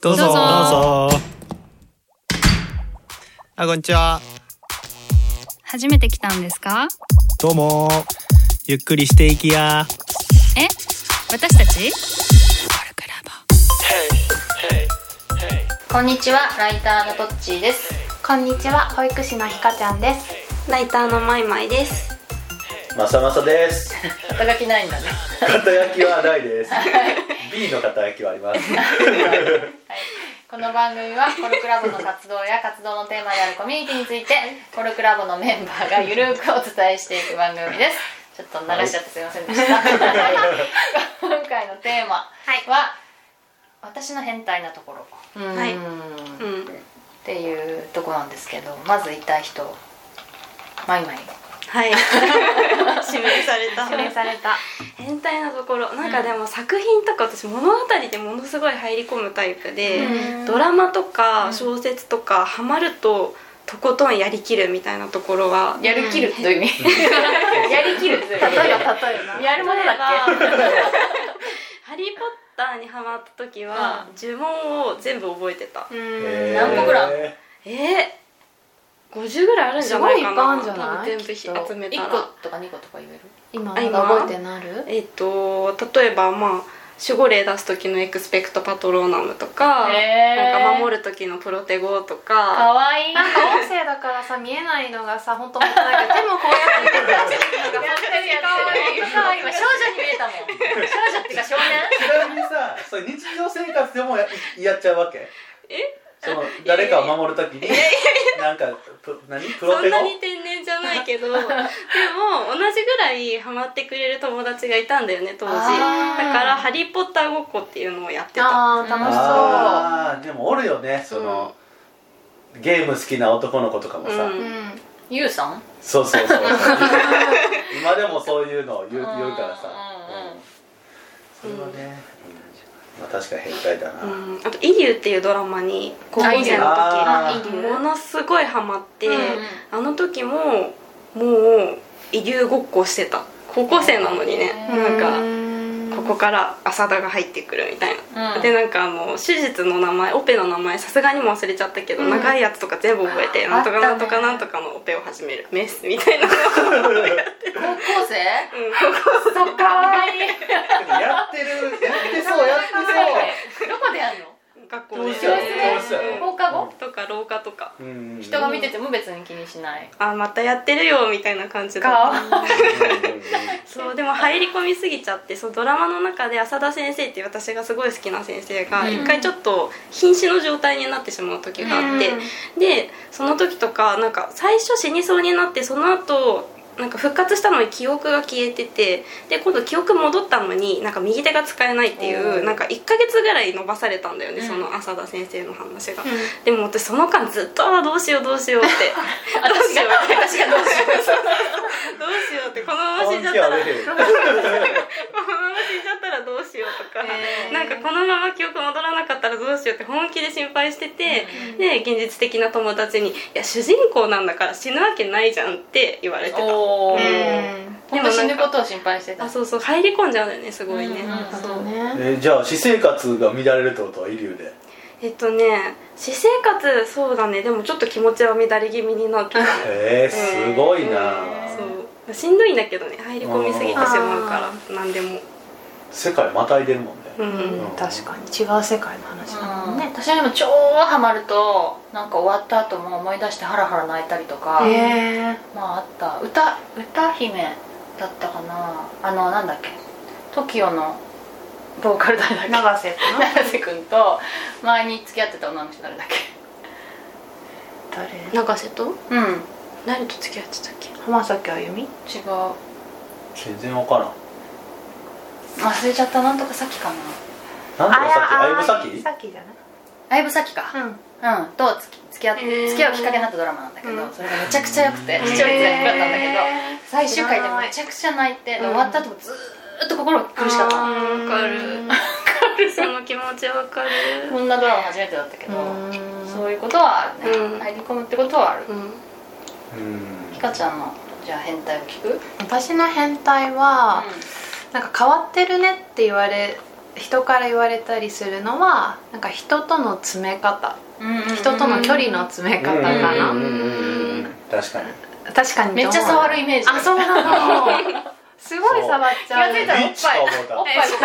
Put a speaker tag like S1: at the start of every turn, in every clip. S1: どうぞ
S2: どうぞ
S1: あこんにちは
S2: 初めて来たんですか
S1: どうもゆっくりしていきや
S2: え私たち
S3: こんにちは、ライターのトッチーです。
S4: こんにちは、保育士のひかちゃんです。
S5: ライターのマイマイです。
S6: まさまさです。
S3: 肩書きないんだね。
S6: 肩焼きはないです。B の肩焼きはあります。
S3: この番組はコルクラボの活動や活動のテーマであるコミュニティについてコルクラボのメンバーがゆるくお伝えしていく番組ですちょっと流しちゃってすいませんでした、今回のテーマは、私の変態なところうーん、
S5: はい
S3: っ
S5: うん。
S3: ていうとこなんですけどまずいた人マイマイ
S5: はい。指名された。
S4: 指名された。
S5: 変態なところ、なんかでも作品とか私物語でものすごい入り込むタイプで、
S4: うん
S5: ドラマとか小説とかハマるととことんやりきるみたいなところ が。
S3: やるきるという意味 やりきるという意
S4: 例えば、例え
S3: 味
S4: ば。
S3: やるものだっ
S5: 例えばハリーポッターにハマった時は、呪文を全部覚えてた。
S4: うん
S3: 何個ぐらい
S6: い？
S5: えー、50ぐらいあるんじゃないかな
S4: すごいいっぱいあるんじゃない
S5: 多分全部ひ集め
S3: け
S5: た
S3: 1
S5: ら
S3: 個とか2個とか言える
S4: 今、
S5: あ
S4: なん
S5: 今
S4: か覚えてなる。
S5: えっ、と例えばまあ守護霊出す時のエクスペクトパトローナムとか、
S3: へー
S5: なんか守る時のプロテゴとか
S3: かわいい
S4: なんか音声だからさ、見えないのがさ、本当申し訳ないけど、手もこうやって出てる。
S3: やってるやってる。今少女に見えたもん。少女っていうか少年。
S6: ちなみにさ、それ日常生活でもややっちゃうわけ？
S5: え
S6: その誰かを守るときに、なんかプ何プロ
S5: そん
S6: テゴ
S5: な？に天然じゃないけど でも同じぐらいハマってくれる友達がいたんだよね当時だ
S4: あー
S5: から「ハリー・ポッターごっこ」っていうのをやってた
S4: ああ、楽し
S6: ああ、でもおるよね。その、ゲーム好きな男の子とかもさ、
S5: うん
S4: そう。うん。
S3: ゆうさん。
S6: そうそ うそうそう。今でもそういうのを言う言うからさ、
S5: うん
S6: それはね、まあ確かに変態だな。
S5: うんあと「イリュー」っていうドラマに高校生の
S6: あー
S5: 時ものすごいハマって、
S3: うんうん
S5: あの時ももう遺留ごっこしてた高校生なのにねなんかここから浅田が入ってくるみたいな、
S3: うん
S5: でなんかあの手術の名前オペの名前さすがにも忘れちゃったけど、
S4: うん
S5: 長いやつとか全部覚えて
S3: あ
S5: なんとかなんと
S3: あ
S5: か
S3: ったね
S5: なんとかのオペを始めるメスみたいな、 うん、
S3: 高校生。
S4: そっか。
S6: やってる、やってそう、や って
S3: どこでやるの？
S5: 学校で
S6: 教
S3: 室
S5: う
S3: で
S5: ん
S3: 放課後？
S5: とか廊下とか
S6: そう。うん
S3: 人が見てても別に気にしない。
S5: あまたやってるよみたいな感じだ
S3: かわ
S5: そうでも入り込みすぎちゃってそうドラマの中で浅田先生っていう私がすごい好きな先生が一回ちょっと瀕死の状態になってしまう時があって、でその時とかなんか最初死にそうになってその後なんか復活したのに記憶が消えててで今度記憶戻ったのになんか右手が使えないっていうなんか1ヶ月ぐらい伸ばされたんだよね、
S3: うん
S5: その浅田先生の話が、
S4: う
S5: でも私その間ずっとあーどうしようどうしようってどうしようって私がどうしようどうしようってこのまま死んじゃったら このまま死んじゃったらどうしようとか、
S3: へー
S5: なんかこのまま記憶戻らなかったらどうしようって本気で心配してて、
S4: ん
S5: で現実的な友達に「いや主人公なんだから死ぬわけないじゃん」って言われてた
S3: おお。
S4: うん。
S3: 本当死ぬことを心配してた
S5: あ。そうそう入り込んじゃうんだよねすごいね、
S3: うんうん
S5: そう
S4: ね。
S6: えじゃあ私生活が乱れるってことは遺留で
S5: えっとね私生活そうだねでもちょっと気持ちは乱れ気味になってた
S6: えー、すごいな、
S5: そうしんどいんだけどね入り込みすぎてしまうから何でも
S6: 世界またいでるもんね、
S5: うん、
S4: うん確かに違う世界の話だもんね。
S3: 私はでも超ハマるとなんか終わった後も思い出してハラハラ泣いたりとか、
S4: へえ。
S3: まああった歌歌姫だったかなあのなんだっけ TOKIO のボーカル誰だっけ
S4: 長瀬かな。
S3: 永瀬君と前に付き合ってた女の人誰だっけ
S4: 誰。
S5: 永瀬と
S3: うん違う
S5: 何と付き合ってたっけ
S4: 浜崎あゆみ。
S6: 全然わから
S3: 忘れちゃったなんとか先かなん
S6: なんとかさっきあゆむさっき
S4: さっきじゃない。
S3: ライブ先か
S4: うん。
S3: うんと付き付き合って
S5: へー
S3: 付き合うきっかけになったドラマなんだけど、
S5: うん
S3: それがめちゃくちゃ良くて
S6: へー
S3: 視聴率が低かったんだけど最終回で
S4: 知らない
S3: めちゃくちゃ泣いてで
S5: うん
S3: 終わった後もずーっと心が苦しかったの
S5: あーわかる その気持ちわかる
S3: こんなドラマ初めてだったけど
S4: そ
S3: そういうことはあるね、
S5: うん
S3: 入り込むってことはある
S5: うん
S6: うん
S3: ひかちゃんのじゃあ変態を聞く
S4: 私の変態は、なんか変わってるねって言われ人から言われたりするのはなんか人との詰め方人との距離の詰め方かな、
S6: うんうんうんうんうん確かに
S4: 確かに
S3: めっちゃ触るイメージ
S4: あそうな のすごい触っちゃ
S3: 気が
S4: う
S3: ついたら
S6: ビッチか思った
S3: おっぱい
S6: 最初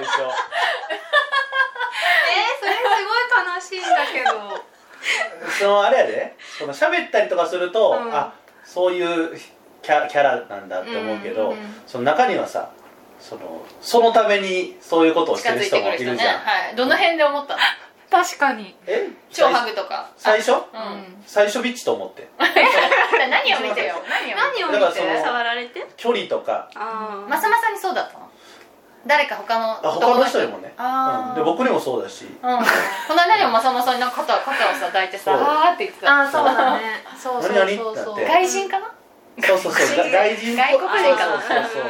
S4: えそれすごい悲しいんだけど
S6: そのあれやでその喋ったりとかすると、
S4: うん
S6: あそういうキャキャラなんだって思うけど、
S4: うんうんうん
S6: その中にはさそのそのためにそういうことをし
S3: 近
S6: て
S3: づ
S6: る
S3: い
S6: 人
S3: てく
S6: も
S3: る
S6: い
S3: 人
S6: る
S3: ね
S6: じゃん、
S3: はいどの辺で思ったの
S4: 確かに
S6: え
S3: 超
S6: 最
S3: ハグとか
S6: 最初、
S3: うん
S6: 最初ビッチと思って
S3: 何を見てよ何を見て
S5: 何を
S6: だから
S5: 見
S6: そ
S5: て
S6: の
S5: 触られて
S6: 距離とか
S5: あ
S3: まさまさにそうだったの誰か他の
S6: あ他の人にもね、
S3: あ
S6: うん、
S3: ー
S6: で僕にもそうだし
S3: うん、この間にもまさまさになんか肩肩をさ抱いてさ
S6: そう
S3: あーって言ってた
S4: あそうだねそうそうそうそう
S6: 何々ってなって
S3: 外人かな
S6: そうそうそうだ外人と
S3: 外国人か
S6: そうそう
S5: ー
S6: そ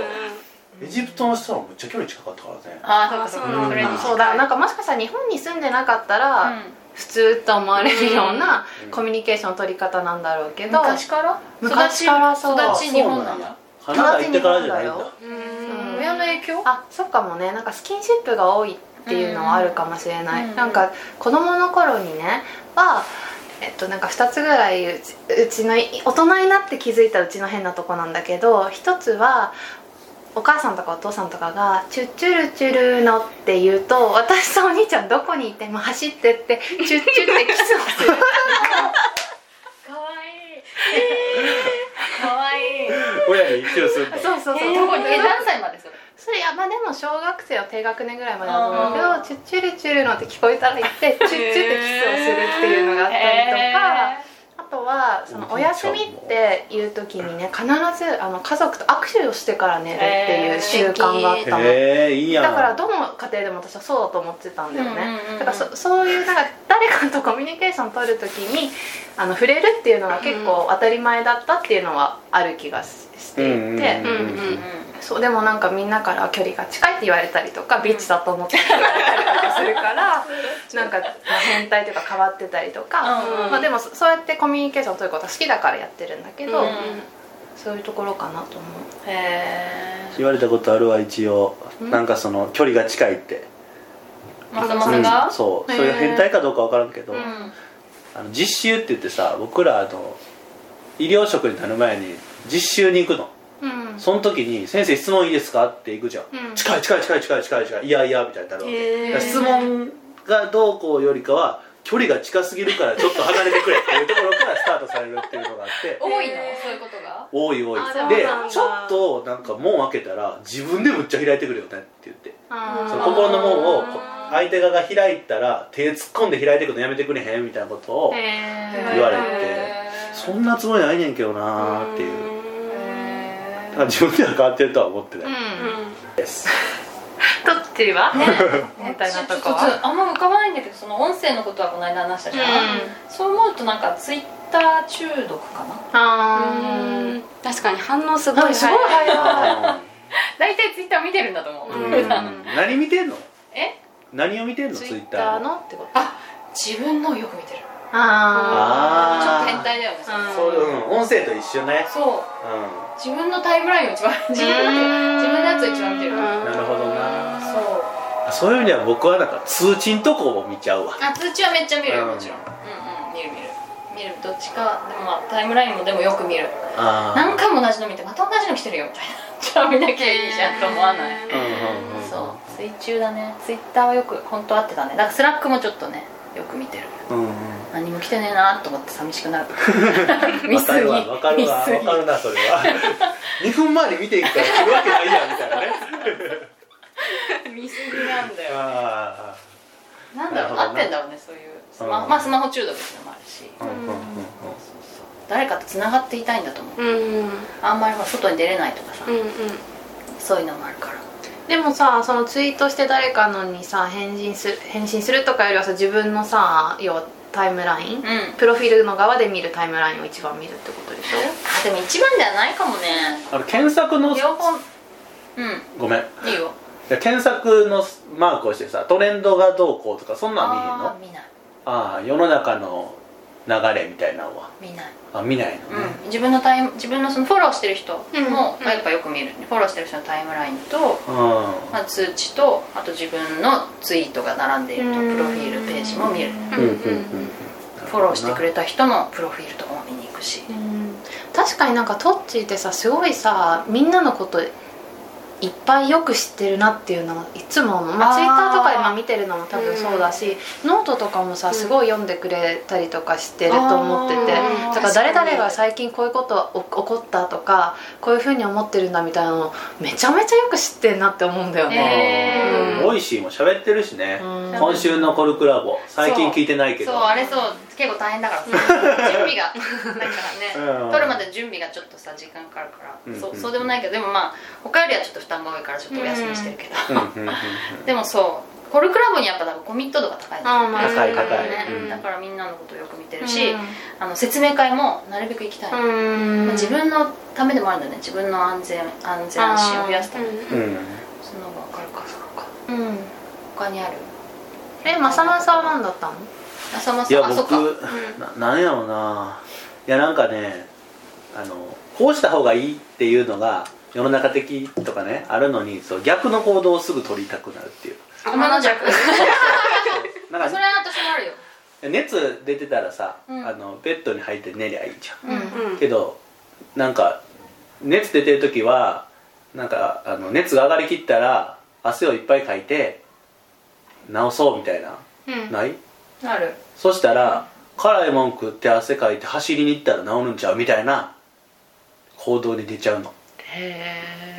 S6: うエジプトの人のめっちゃ距離近かったからね
S3: あ
S5: ーそうかそうか
S6: それに
S4: そうだなんかもしかしたら日本に住んでなかったら、普通と思われるような
S6: うん
S4: コミュニケーションの取り方なんだろうけど、
S3: 昔から
S4: 昔からそう
S3: 育ち日本なんだ
S6: カナダ行ってからじゃないんだ
S4: カナダ
S5: うんうん
S3: 親の影響
S4: あそっかもねなんかスキンシップが多いっていうのはあるかもしれない、
S3: うん
S4: なんか子供の頃にねはえっとなんか2つぐらいうちうちのい大人になって気づいたうちの変なとこなんだけど一つはお母さんとかお父さんとかが「チュッチュルチュルの」って言うと私とお兄ちゃんどこにいても走ってってチュッチュってキスをする
S3: かわいいかわいい
S6: 親に一応するんだ
S4: そうそうそう、
S3: どこにえ何歳までそれ
S4: それいやまあでも小学生は低学年ぐらいまでだと思うけ
S3: あ
S4: ど「チュッチュルチュルの」って聞こえたら行って「チュッチュ」ってキスをするっていうのがあったりとか、あとはそのお休みっていう時にね必ずあの家族と握手をしてから寝るっていう習慣があったの。
S6: へえいいやん
S4: だからどの家庭でも私はそうだと思ってたんだよね、
S3: うんうんうん
S4: だからそそういうなんか誰かとコミュニケーション取るときにあの触れるっていうのが結構当たり前だったっていうのはある気がししていて、
S6: うんうんうん
S5: うんうん
S3: うん
S4: そうでもなんかみんなから距離が近いって言われたりとかビーチだと思ってって言われたりとかす るからなんかまあ変態というか変わってたりとか、
S3: うんうん
S4: まあ、でもそそうやってコミュニケーションを取ることは好きだからやってるんだけど、
S3: うん
S4: そういうところかなと思う
S3: へえ
S6: 言われたことあるわ一応
S4: ん
S6: なんかその距離が近いって
S3: まさまさが
S6: うんそう
S4: へー
S6: それが変態かどうか分からんけど、
S3: うん
S6: あの実習って言ってさ僕らあの医療職になる前に実習に行くの
S4: うん
S6: その時に「先生質問いいですか?」って行くじゃん、
S4: うん
S6: 近い近い近い近い近い近いいやいやみたいになるわけ、
S5: へ
S6: だから質問がどうこうよりかは距離が近すぎるからちょっと離れてくれっていうところからスタートされるっていうのがあって
S3: 多いのそういうことが
S6: 多い多い
S5: あそうなんだ
S6: でちょっとなんか門開けたら自分でむっちゃ開いてくるよねって言って
S4: あー
S6: その
S5: あ
S6: 心の門をこ
S5: あー
S6: 相手側が開いたら手突っ込んで開いてくのやめてくれへんみたいなことを
S4: へ
S6: 言われて
S3: へー
S6: そんなつもりないねんけどなーっていう
S3: へ
S6: だから
S3: ー
S6: 自分では変わってるとは思ってない、
S5: う
S4: ーうん
S5: ん
S6: です
S4: とっちは
S3: え
S4: みたいなとこ
S3: ちょっ
S4: は
S3: とあんま浮かばないんだけどその音声のことはこの間話した
S4: う
S3: じ
S4: ん
S3: ゃん、そう思うとなんかツイッター中毒かな
S4: あー
S5: 確かに反応すごい
S4: すごい早い
S3: 大体ツイッター見てるんだと思う、
S6: うん
S5: う
S6: 何見てんの
S3: え
S6: 何を見てんのツ
S4: ツ
S6: イ
S4: イ
S6: ッ
S4: ッ
S6: タ
S4: ター
S6: ーの
S4: のってこと
S3: 自分のをよく見てる
S4: あ
S5: あ
S3: ちょっと変
S6: あ
S3: 態だよね
S6: あ
S4: ー
S6: そううん音声と一緒ね
S3: そう
S6: う
S3: 自分のタイムラインを一番自分の自分のやつを一番見てるから
S6: んなるほどな
S3: そう
S6: そういう意味では僕はなんか通知んとこを見ちゃうわ
S3: あ通知はめっちゃ見るよ
S6: うん
S3: もちろんうんうん見る見る見るどっちかでもまあタイムラインもでもよく見る
S6: あー
S3: 何回も同じの見てまた同じの来てるよみたいな じゃあ見なきゃいいじゃんと思わない
S6: うんうんうん
S3: そう水中だねツイッターはよく本当あってたねだからスラックもちょっとねよく見てる
S6: うんうん
S3: 何も来てねえなと思って寂しくなる 見
S6: わ
S3: す
S6: か
S3: ぎ
S6: るわわかるわわ
S3: 見すぎ
S6: かるなそれは2分前に見ていくから来るわけないやんみたいなね
S3: 見すぎなんだよ
S6: あ
S3: なんだろう
S6: なる
S3: 合っ
S6: ほどね
S3: てんだろうねそういうスマ,、
S6: うん
S3: まあ、スマホ中毒っていうのもあるし、
S6: あうんうんうんう
S3: そうそ
S6: ん
S3: うそう誰かとつながっていたいんだと思う
S5: うんうん
S3: あんまりほら外に出れないとかさ、
S5: うん
S3: そういうのもあるから
S4: でもさそのツイートして誰かのにさ返信する返信するとかよりはさ自分のさ要タイムライン、
S3: うん
S4: プロフィールの側で見るタイムラインを一番見るってことでしょ
S3: あでも一番ではないかもね
S6: あの検索の
S3: 両方う
S6: ごめん
S3: んいいよ
S6: いや検索のマークをしてさトレンドがどうこうとかそんなん見へんの
S3: あー見ない
S6: ああ世の中の流れみたいなのは
S3: 見ない、
S6: あ見ないのね、
S3: うん、自分のタイム自分のそのフォローしてる人
S4: うん
S3: も、
S4: うん
S3: やっぱよく見るフォローしてる人のタイムラインと、
S6: うん
S3: まあ、通知とあと自分のツイートが並んでいると
S4: うん
S3: プロフィールページも見る
S6: うんうんうん
S3: フォローしてくれた人のプロフィールとかも見に行くし
S4: うん確かになんかトッチーってさすごいさみんなのこといっぱいよく知ってるなっていうのをいつも思う、まあ、
S3: あー
S4: ツイッターとか今見てるのも多分そうだし、ノートとかもさ
S5: ん
S4: すごい読んでくれたりとかしてると思ってて、
S5: あ
S3: ー
S4: だから誰々が
S3: 確
S4: 最近こういうことお起こったとかこういうふうに思ってるんだみたいなのをめちゃめちゃよく知ってんなって思うんだよね。
S3: へ
S4: ー
S6: うん、おいしいも喋ってるしね、
S4: うん
S6: 今週のコルクラボ最近聞いてないけど
S3: そうあれそう結構大変だ からさ準備がだから
S6: う
S3: ね
S6: ん
S3: 撮るまで準備がちょっとさ時間かかるから、
S6: うん
S3: そうそうでもないけどでもまあ他よりはちょっと負担が多いからちょっとお休みしてるけど、
S6: うんうんうんうん
S3: でもそうコルクラボにやっぱだからコミット度が高い
S4: あーまあ
S6: 高い高い、
S3: ね
S6: うん
S3: だからみんなのことよく見てるし、あの説明会もなるべく行きたい、
S4: う
S3: ま
S4: ん、
S3: あ自分のためでもあるんだよね自分の安全安全安心を増やすために
S6: うん
S3: その方が分かるかそうか
S4: うん
S3: 他にある
S4: えまさまさは何だったの
S3: 浅間
S6: い
S3: さん
S6: や
S3: あそっか
S6: 僕ななんやろうないやなんかねあのこうした方がいいっていうのが世の中的とかねあるのにそう逆の行動をすぐ取りたくな るっていう
S5: 天の弱
S6: なん
S3: そ
S6: か
S3: れは私もあるよ
S6: 熱出てたらさ、
S3: うん
S6: あのベッドに入って寝りゃいいじゃん
S3: うん、
S5: うん
S6: けどなんか熱出てる時はなんかあの熱が上がりきったら汗をいっぱいかいて治そうみたいな、ない
S3: ある
S6: そしたら辛いもん食って汗かいて走りに行ったら治るんちゃうみたいな行動に出ちゃうの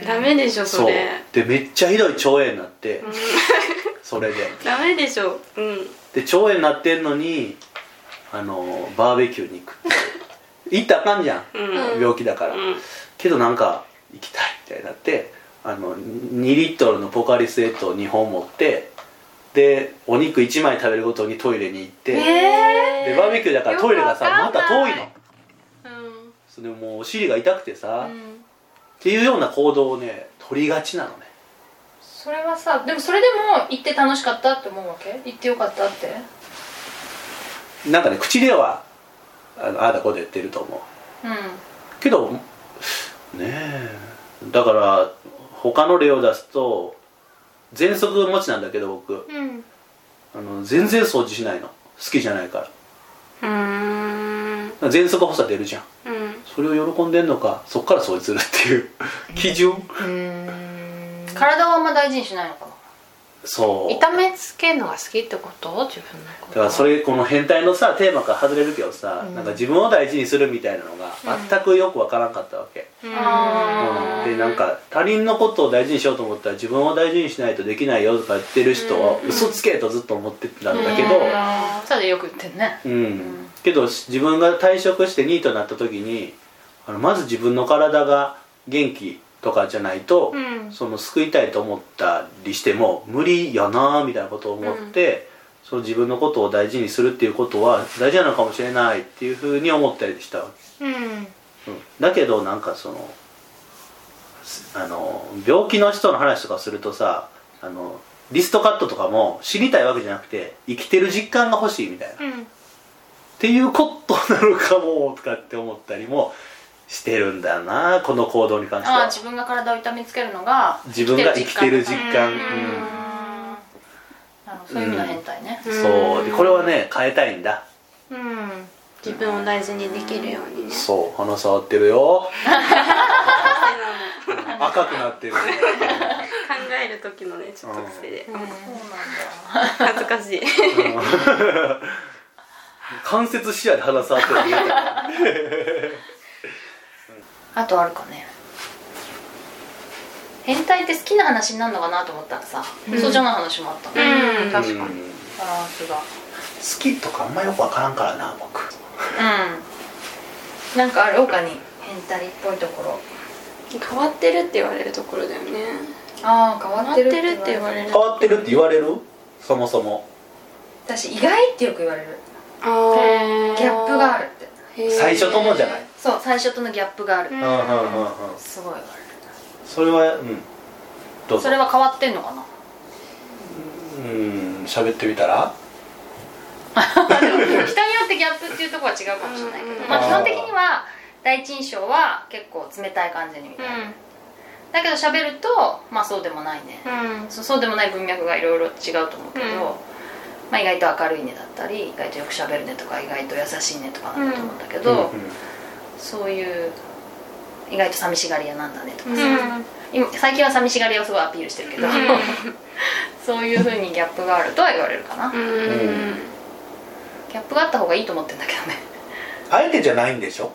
S5: ダメでしょそれ
S6: でめっちゃひどい腸炎になって、それで
S5: ダメでしょうん
S6: で腸炎になってんのにあのバーベキューに行くって行ったらあかんじゃん、
S5: うん
S6: 病気だから、
S5: うん
S6: けどなんか行きたいみたいになってあの2リットルのポカリスエットを2本持ってでお肉1枚食べるごとにトイレに行って、でバーベキューだからトイレがさまた遠いの、それでもうお尻が痛くてさ、っていうような行動をね取りがちなのね
S3: それはさでもそれでも行って楽しかったって思うわけ行ってよかったって
S6: なんかね口ではあのああだこうだ言ってると思う
S3: う
S6: けどねえだから他の例を出すと喘息持ちなんだけど僕
S4: うん
S6: あの全然掃除しないの好きじゃないから
S5: うーん
S6: 喘息補佐出るじゃん
S5: うん
S6: それを喜んでんのかそっから掃除するっていう基準
S4: う
S3: ん
S4: ん
S3: 体はあんま大事にしないのかな
S6: そう
S4: 痛めつけるのが好きってこと自分のこと
S6: だからそれこの変態のさテーマから外れるけどさ、なんか自分を大事にするみたいなのが全くよくわからんかったわけ、
S3: あ
S6: でなんか他人のことを大事にしようと思ったら自分を大事にしないとできないよとか言ってる人は嘘つけとずっと思ってたんだけど、
S3: さでよく言ってんね
S6: うん、けどし自分が退職してニートになった時にあのまず自分の体が元気とかじゃないと、
S4: うん
S6: その救いたいと思ったりしても無理やなーみたいなことを思って、その自分のことを大事にするっていうことは大事なのかもしれないっていうふうに思ったりしたわ
S4: うん
S6: け、うん、だけどなんかそのすあの病気の人の話とかするとさあのリストカットとかも知りたいわけじゃなくて生きてる実感が欲しいみたいな。
S4: うん
S6: っていうことなのかもとかって思ったりもしてるんだなこの行動に関して
S3: ああ
S6: は
S3: 自分が体を痛めつけるのが
S6: 自分が生きてる実
S3: 感
S6: 感、
S3: なるほどそういう意味の変態ね
S6: うんそうでこれはね変えたいんだ
S4: うん
S5: 自分を大事にできるようにね
S6: そう鼻触ってるよ赤くなってる
S5: 考える時のねちょっと癖で
S3: そうなんだ
S5: 恥ずかしい
S6: 関節視野で鼻触ってる
S3: あとあるかね変態って好きな話になるのかなと思ったらさそうじゃない話もあったね
S4: うん
S6: う
S4: 確
S6: ん
S4: か
S6: 好
S4: に
S3: バランスが
S6: きとかあんまよくわからんからな僕
S3: うんなんかある他に変態っぽいところ
S5: 変わってるって言われるところだよね
S3: ああ変
S5: 変
S3: わ
S5: わっ
S3: っ
S5: ててる
S3: るっ
S5: ってて
S3: 言
S5: 言
S3: わ
S5: わ
S3: れ
S5: れ
S3: る
S5: る
S6: 変わってるって言われるそもそも
S3: 私意外ってよく言われる
S5: あー
S3: ギャップがあるって
S5: へー
S6: 最初ともじゃない、
S3: そう最初とのギャップがある
S6: うんうんうんうん
S3: すごい言われる
S6: それはうんどうぞ
S3: それは変わってんのか な
S6: うん喋ってみたら
S3: 人によってギギャップっていうところは違うかもしれないけど、
S5: うん
S3: まあ、基本的には第一印象は結構冷たい感じにみたいな、だけど喋るとまあそうでもないね、
S4: うん
S3: そうそうでもない文脈がいろいろ違うと思うけど、
S5: うん
S3: まあ、意外と明るいねだったり意外とよく喋るねとか意外と優しいねとかなんだと思うんだけど、そういう意外と寂しがり屋なんだねとか、今最近は寂しがり屋をすごいアピールしてるけど、 そういうふうにギャップがあるとは言われるかな、
S5: うん
S3: ギャップがあった方がいいと思ってんだけどね
S6: あえてじゃないんでしょ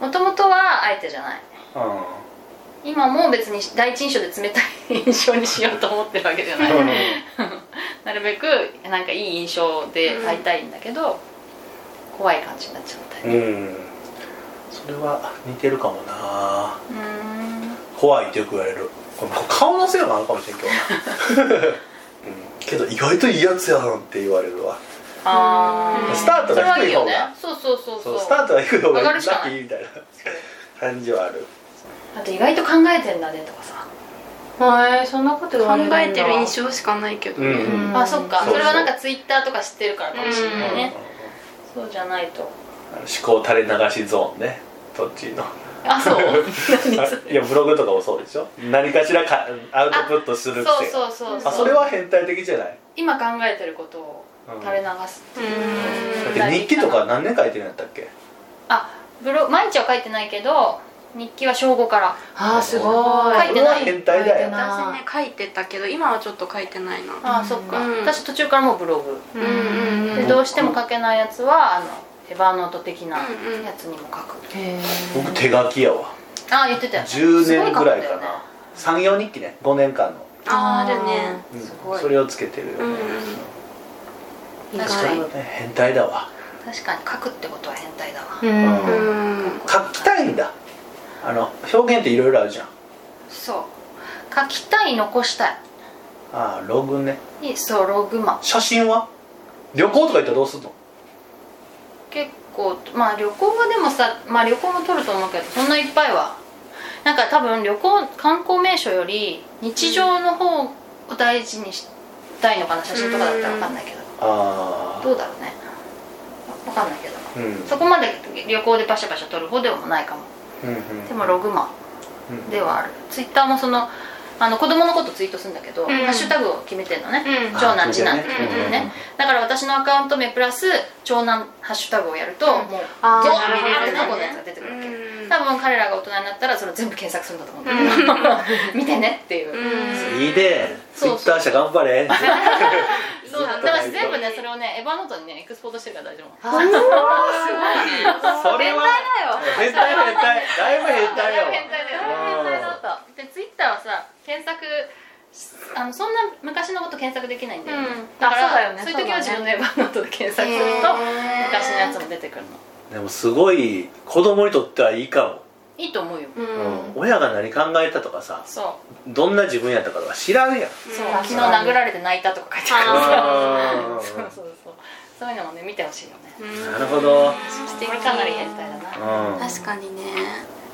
S3: もともとはあえてじゃない
S6: うん
S3: 今も別に第一印象で冷たい印象にしようと思ってるわけじゃないなるべくなんかいい印象で会いたいんだけど、怖い感じになっちゃったりね
S6: うんそれは似てるかもな
S3: うーん
S6: 怖いってよく言われるこの顔のせいもあるかもしれんけ どな、うん、けど意外といいやつやんって言われるわ
S3: あー
S6: スタートが
S3: それはい
S6: 低い方が
S3: いよねそうそうそうそ
S6: そううスタートは低い方がい
S3: 上
S6: いラ
S3: がるしかない
S6: ッキーみたいな感じはある
S3: あと意外と考えてんだねとかさ、
S4: はいそんなこと言
S5: 考
S4: われるんだ
S5: えてる印象しかないけどね、
S6: うん
S4: うん
S3: あそっか
S6: そう
S3: そ
S6: そう
S3: れはなんかツイッターとか知ってるからかもしれ
S5: う
S3: なんいね、そうじゃないと
S6: あの思考垂れ流しゾーンねどっちの
S3: あそう何それ
S6: あいやブログとかもそうでしょ何かしらかアウトプットする癖
S3: そうそうそうそう
S6: あそれは変態的じゃない
S3: 今考えてることを垂れ流すっていう
S5: う
S6: だって日記とか何年書いてるんやったっけ
S3: あブロ毎日は書いてないけど日記は正午から
S4: あーすごい
S3: 書いてない
S6: それは変態だよ
S4: 書いて
S5: 私ね書いてたけど今はちょっと書いてないな
S3: あそっか、
S5: うん
S3: 私途中からもうブログ、
S5: うんうんうん
S3: でどうしても書けないやつはあのエバーノート的な
S5: うんうん
S3: やつにも書く、
S4: へ
S6: 僕手書きやわ
S3: あ言ってたよね
S6: 10
S3: すご
S6: 年
S3: 書
S6: ぐ
S3: くんだ
S6: ら
S3: よ
S6: い
S3: ね
S6: かな34日記ね5年間の、
S5: あーあるね
S6: うん
S3: すごい
S6: それをつけてるよね、
S5: うんうん
S4: 意
S3: 外
S6: それはね変態だわ
S3: 確かに書くってことは変態だわ、
S4: ーうん
S5: うん
S6: 書きたいんだあの表現っていろいろあるじゃん
S3: そう書きたい残したい
S6: ああログね
S3: いいそうログマ
S6: 写真は旅行とか行ったらどうすんの
S3: 結構まあ旅行はでもさまあ旅行も撮ると思うけどそんないっぱいはなんか多分旅行観光名所より日常の方を大事にしたいのかな写真とかだったら分かんないけど、
S6: ああ
S3: どうだろうね分かんないけど
S6: うんうん
S3: そこまで旅行でパシャパシャ撮る方でもないかも
S6: うん
S3: でもログマ
S6: うん
S3: ではある、ツイッターもそのあの子供のことツイートするんだけど、ハッシュタグを決めてんのね、
S5: うん
S3: 長男次男って
S6: あ
S3: 決め
S6: そうだ
S3: て
S6: よね
S3: るね、だから私のアカウント名プラス長男ハッシュタグをやると、もう
S4: あ
S3: どう
S4: ーなるほど
S3: 見て過去の
S4: ね
S3: やつが出てくるわけ、
S5: うん
S3: 多分彼らが大人になったらそれを全部検索するんだと思うんだけど 見てねっていう、
S5: うん
S6: いいねツイ
S3: そう
S6: ッター社頑張れ
S3: そうだから私全部ねそれをねエヴァノートにねエクスポートしてるから大丈夫
S4: あー
S6: それは変態だよ変態変態だいぶ変態やわ
S3: 変態だよ変態だったでツイッターはさ検索あのそんな昔のこと検索できないんだよ、ねだから
S4: あそうだよね
S3: そういう時は
S4: そ
S3: 自
S4: うだね
S3: 分のエヴァノートで検索すると昔のやつも出てくるの
S6: でもすごい子供にとってはいいかも
S3: いいと思うよ、
S6: うん親が何考えたとかさ
S3: そう
S6: どんな自分やったかは知らんやん
S3: そう
S5: うん
S3: 昨日殴られて泣いたとか書いてある
S6: あー
S3: そうそうそうそういうのもね見てほしいよね
S6: なるほど
S5: 素
S3: こ
S5: 敵
S3: れかなり変態だな
S6: うん
S5: 確かにね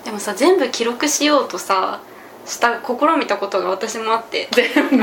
S5: でもさ全部記録しようとさした試みたことが私もあって
S3: 全部と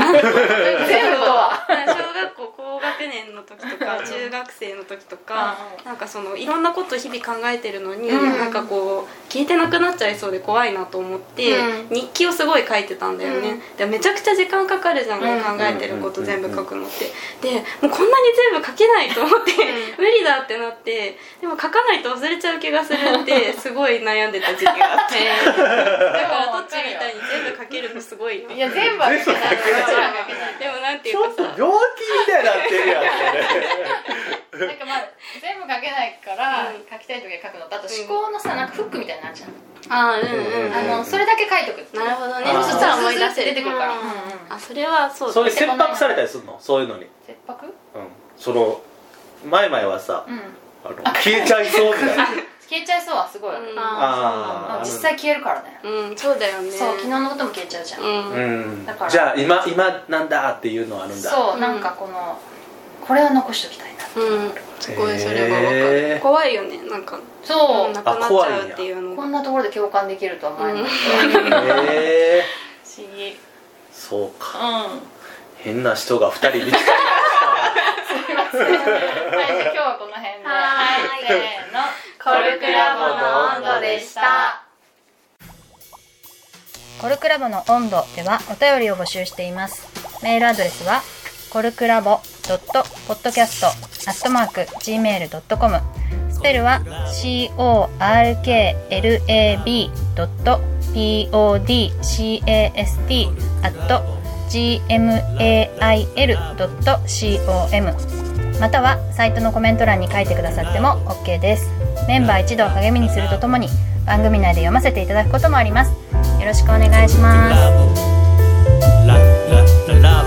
S3: は
S5: 小学校高学年の時とか中学生の時とか
S3: うん
S5: なんかそのいろんなこと日々考えてるのに、
S3: うん
S5: なんかこう消えてなくなっちゃいそうで怖いなと思って、
S4: う
S5: 日記をすごい書いてたんだよね、でめちゃくちゃ時間かかるじゃん、考えてること全部書くのって、でもうこんなに全部書けないと思って 無理だってなってでも書かないと忘れちゃう気がするってすごい悩んでた時期が あってだからどっちみたいに全部書けるのすごいよ
S3: いや全部は見てない
S6: 全部は
S3: うちらが見てない
S5: でもなんてい
S6: ち
S5: う
S6: ょ
S5: か
S6: っと
S5: さ
S6: 病気みたいになってるやん
S3: なんかまあ全部書けないから
S5: うん
S3: 書きたい時は書くのとあと思考のさなんかフックみたいなのあるじゃん
S5: ああ うん
S6: うんうん
S5: うん
S3: あのそれだけ書いとくって
S5: なるほどね
S6: あー
S5: そしたら思い出せる
S3: 出てくるから
S5: うん
S3: うんうん
S5: あそれはそう
S6: そ
S5: だ
S6: れ切迫されたりするのそういうのに
S3: 切迫
S6: その前々はさ
S3: うん
S6: あの消えちゃいそうみたいな
S3: 消えちゃいそうはすごい
S5: うん
S6: あ
S3: 実
S6: ー
S3: 際消えるからね
S5: うんそうだよね
S3: そう昨日のことも消えちゃうじゃん
S5: うん
S6: うん
S3: だから
S6: じゃあ今今なんだっていうのはあるんだ
S3: そう
S5: うん
S3: なんかこのこれは残しておきたいな
S5: うんすごいそれがわか
S6: へ
S5: る
S6: ー
S5: 怖いよねなんか
S3: そ
S5: もうなく
S3: う
S5: なっちゃうっていうの
S3: こ
S5: が
S3: んなところで共感できるとは思わなかった
S6: へえ
S3: 不思議
S6: そうか
S3: うん
S6: 変な人が2人見つかっ
S3: ます。はい、じゃあ今日はこの辺で。はい、せーの。コルクラボの温度でした。
S7: コルクラボの温度ではお便りを募集しています。メールアドレスはコルクラボドットポッドキャストアットマーク gmail ドットコム。スペルは c o r k l a b ドット p o d c a s t アット g m a i l ドット c o m またはサイトのコメント欄に書いてくださっても OK です。メンバー一同を励みにするとともに番組内で読ませていただくこともあります。よろしくお願いします。
S1: ララララ